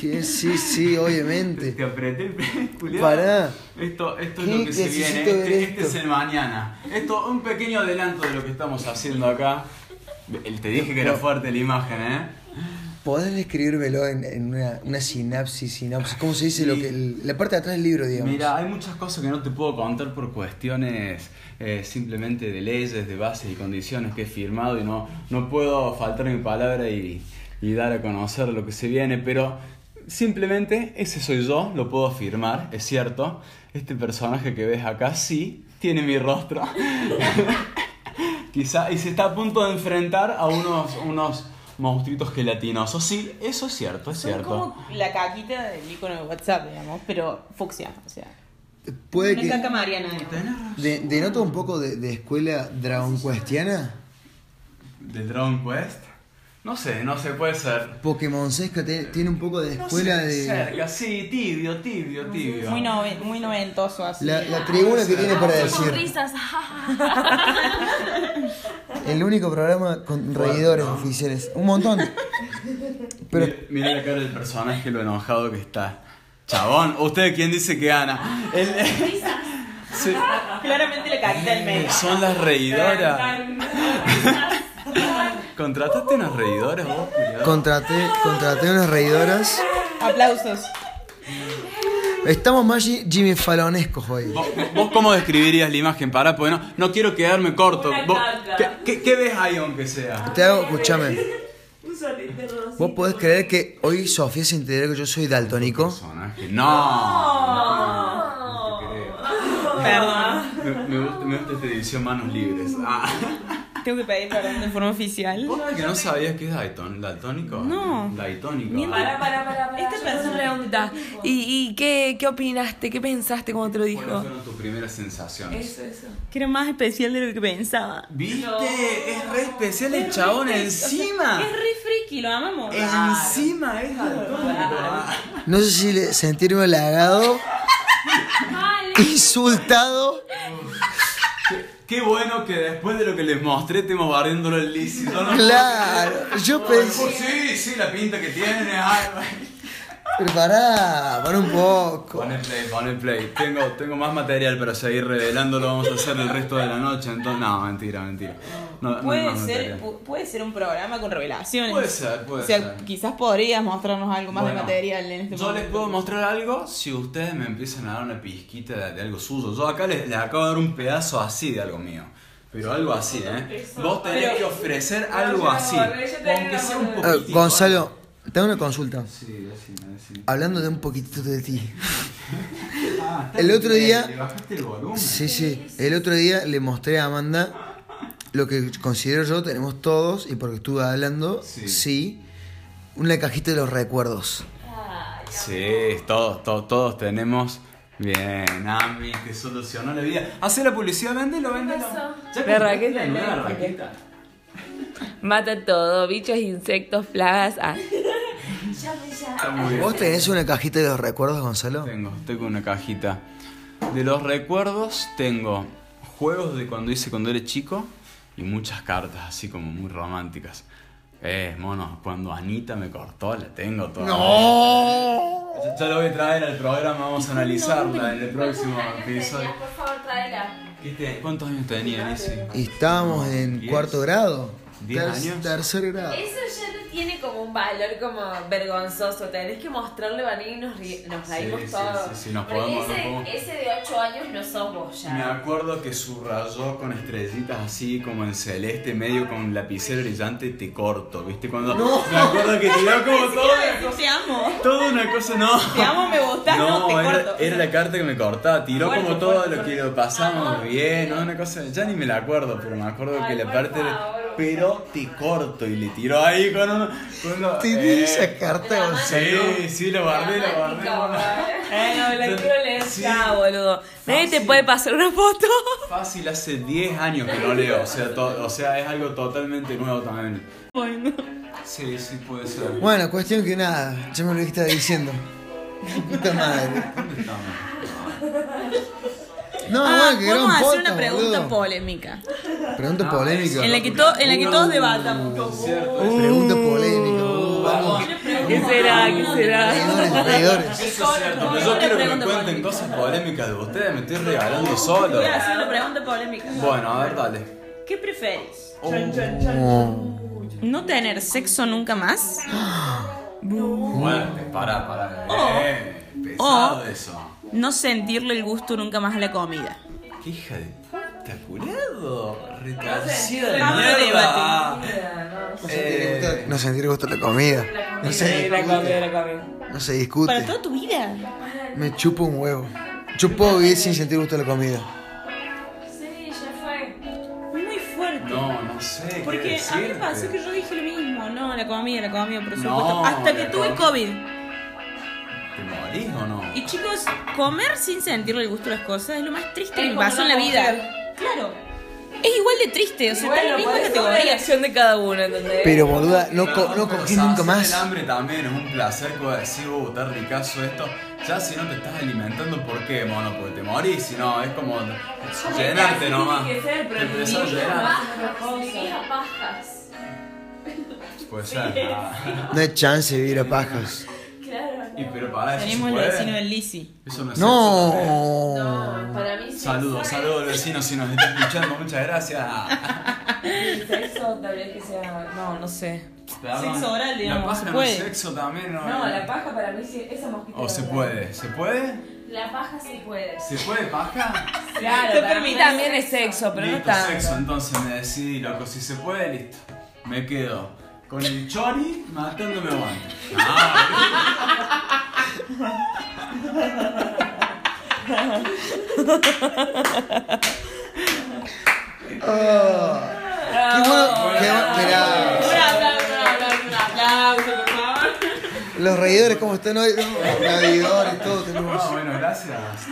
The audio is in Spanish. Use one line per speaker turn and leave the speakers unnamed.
¿Qué? Sí, sí, obviamente.
Te apreté el pie, Julián.
Pará.
Esto, esto es
¿Qué
lo que se
necesito
viene.
ver
Este, este
esto?
es el mañana. Esto, un pequeño adelanto de lo que estamos haciendo acá. El- Te dije que era fuerte la imagen, ¿eh?
¿Podés describírmelo en, en una, una sinapsis, sinapsis? ¿Cómo se dice
Sí.
lo que el- la parte de atrás del libro, digamos?
Mira, hay muchas cosas que no te puedo contar por cuestiones eh, simplemente de leyes, de bases y condiciones que he firmado y no, no puedo faltar mi palabra y, y dar a conocer lo que se viene, pero simplemente ese soy yo, lo puedo afirmar, es cierto. Este personaje que ves acá sí tiene mi rostro. Quizá, y se está a punto de enfrentar a unos, unos monstruitos gelatinosos. Sí, eso es cierto, es
Son
cierto.
como la caquita del icono de WhatsApp, digamos, pero fucsia, o sea.
Puede
una
que.
caca mariana, digamos.
de- ¿Denota un poco de, de escuela dragon cuestiana?
¿Del Dragon Quest? No sé, no sé, puede ser.
Pokémon Sesca te- tiene un poco de
No
escuela
sé,
de.
Cerca, sí, tibio, tibio, tibio.
Muy, nove- muy noventoso así.
La, la tribuna que tiene para
Ah,
decir.
Sonrisas.
El único programa con
Fuerte,
reidores
¿no?
oficiales. Un montón. Pero
Mira, mira la cara del personaje, lo enojado que está. Chabón, ¿usted quién dice que gana? El- Sí, Eh,
Claramente la caquita del medio.
son las reidoras. ¿Contrataste unas reidoras vos, culiao?
contraté, contraté unas reidoras.
Aplausos.
Estamos más Gi- Jimmy Falonescos hoy.
¿Vos, vos cómo describirías la imagen? Pará, porque no, no quiero quedarme corto.
Una
Vos-
carta.
¿qué, qué, qué ves ahí aunque sea?
Te hago, escúchame.
Un solete rosito.
¿Vos podés creer que hoy Sofía se enteró que yo soy daltónico?
Personaje. No.
No.
te creo.
Perdón.
Me, me gusta, me gusta esta edición manos libres. Ah.
Tengo que pedir perdón de forma oficial.
¿Vos que no sabías que es dalton, daltónico?
No.
Daltónico.
Pará, pará, pará. pará.
Esta
Yo
es
tengo
una
una
pregunta. ¿Y, y qué, qué opinaste? ¿Qué pensaste cuando te lo
¿Cuáles
dijo?
fueron tus primeras sensaciones?
Eso, eso.
Que era más especial de lo que pensaba.
¿Viste?
No.
Es re especial el chabón encima.
Es re friki, lo amamos.
Encima es daltónico. Ah.
No sé si le- sentirme halagado, insultado.
Qué bueno que después de lo que les mostré estemos barriéndolo el lícito. ¿no?
Claro, yo
Oh,
pensé.
Sí, sí, la pinta que tiene. Ay,
Pero pará, para un poco.
Pon el play, pon el play. Tengo, tengo más material para seguir revelándolo. Vamos a hacer el resto de la noche. Entonces, no, mentira, mentira. No, no hay
Puede
más
ser,
material.
pu- puede ser un programa con revelaciones.
Puede ser, puede
o sea,
ser.
quizás podrías mostrarnos algo más
Bueno,
de material en este
Yo
momento.
les puedo mostrar algo si ustedes me empiezan a dar una pizquita de, de algo suyo. Yo acá les, les acabo de dar un pedazo así de algo mío. Pero algo así, ¿eh? Vos tenés
Pero-
que ofrecer
No, yo
algo
no
así.
borré, yo tenía
Aunque
la
sea un
borré.
Eh,
poquitito.
Gonzalo, Ah, tengo una consulta.
Sí, decime, decime.
Hablando de un poquitito de ti.
Ah, está
el
bien,
otro día-
Le bajaste el volumen.
Sí, sí. El otro día le mostré a Amanda lo que considero yo, tenemos todos, y porque estuve hablando,
Sí.
sí, una cajita de los recuerdos.
Sí, todos, todos, todos tenemos. Bien, Ami, te solucionó la vida. Hacé la publicidad, véndelo, véndelo. Ya
La
compraste
raqueta,
la nueva
la
raqueta.
Mata todo, bichos, insectos, plagas. ah.
Está muy bien.
¿Vos tenés una cajita de los recuerdos, Gonzalo?
Tengo, tengo una cajita. De los recuerdos tengo juegos de cuando hice cuando era chico y muchas cartas así como muy románticas. Eh, mono, cuando Anita me cortó la tengo toda.
¡No!
Ya- Ya lo voy a traer al programa, vamos a analizarla en el próximo episodio.
Por favor, tráela.
¿Qué te- ¿Cuántos años tenía, Lizzie?
Y estábamos en
Diez.
cuarto grado.
Diez años.
Tercer grado.
Eso ya no tiene como un valor como vergonzoso. Tenés que mostrarle valor y nos, ri- nos
Sí,
reímos
sí,
todos.
sí, sí, nos
Porque
podemos,
ese,
nos podemos.
ese de 8 años no sos vos
Me
ya.
acuerdo que subrayó con estrellitas así como en celeste, medio con lapicero brillante, te corto, ¿viste? Cuando me acuerdo que tiró como todo,
Te amo.
toda una cosa, no.
Te amo, me gustás, no, te
era,
corto.
era la carta que me cortaba, tiró
Fuerte,
como todo
fuerte,
lo que
fuerte.
lo pasamos bien, ¿no? una cosa, ya ni me la acuerdo, pero me acuerdo
Ay,
que la
por
parte era,
favor.
pero te corto y le tiró ahí con uno, con uno- eh,
Tenés esa carta, Gonzalo.
Sí, sí, lo guardé, lo guardé.
Dramático, ¿verdad?
Eh, no, la quiero leer.
Sí.
Ya, boludo. Nadie te
Fácil.
puede pasar una foto.
Fácil, hace 10 años que no leo, o sea, to- o sea, es algo totalmente nuevo también.
Bueno.
Sí, sí, puede ser.
Bueno, cuestión que nada, ya me lo estaba diciendo. Puta madre.
¿Dónde estamos?
No,
Ah,
bueno, que gran
podemos hacer
podcast,
una pregunta
boludo.
polémica.
Pregunta
Ah,
polémica.
eso.
En la que, to- en la que todos debatamos.
Cierto,
Pregunta polémica. uh,
Vamos.
vamos.
¿Qué será? ¿Qué será?
Traidores, traidores.
Eso es cierto, pero yo quiero que me cuenten cosas polémicas de ustedes, me estoy regalando solo.
Voy a hacer una pregunta polémica.
Bueno, a ver, dale.
¿Qué preferís?
No.
¿No tener sexo nunca más?
Bueno, pará, pará. eh,
o- Oh.
pesado eso.
¿No sentirle el gusto nunca más a la comida?
¡Qué hija de puta, culado! ¡Retrasida
Vamos a
de mierda! Eh,
No sentir gusto- No sentir gusto de la comida. No se discute. No se
Para
discute.
toda tu vida.
Me chupo un huevo. Yo puedo vivir sin sentir gusto de la comida.
Sí, ya fue.
Muy fuerte.
No, no sé. qué
Porque a mí me
decirte.
pasó que yo dije lo mismo. No, la comida, la comida, por
No,
supuesto. Hasta que
la
tuve
com-
COVID.
¿Te morís o no?
Y chicos, comer sin sentirle el gusto a las cosas es lo más triste que
Es
me
como
pasó en
una
la vida.
mujer.
Claro. Es igual de triste, o sea, está en la
Bueno,
misma
por eso
La
categoría.
elección de cada uno, ¿entendés?
Pero boluda, no, co- no
pero
cogí nunca
saciar El
más.
hambre también es un placer como decir, uh, está ricazo esto. Ya si no te estás alimentando, ¿por qué, mono? Porque te morís, si no, es como llenarte nomás.
Tiene que ser, pero
Te empezás a llenar.
Ah, Vivía pajas.
Puede ser. ah.
No hay chance de vivir a pajas.
Claro.
Y pero para eso. se
Tenemos el
puede.
vecino del Lisi.
Eso no es sexo, ¿eh?
No.
No, Ah, para mí sí.
Saludos, saludos vecinos si nos está escuchando, muchas gracias.
Sexo tal vez que sea. No, no sé.
Sexo oral, digamos,
La paja
se
no
puede.
es sexo también, ¿no?
No, la paja para mí sí. Esa mosquita.
¿O se puede? ¿Se puede?
La paja sí puede.
¿Se puede paja?
Claro.
Te
para
permite
mí
también es sexo, pero no
listo, sexo,
tanto.
entonces me decidí, loco, si se puede, listo. Me quedo con el chori matándome guante. Ah,
Qué bueno. Qué
Ah.
bueno. Mirá. Los reidores, ¿cómo están hoy? No, Navidores, todo tenemos.
Ah, bueno, gracias.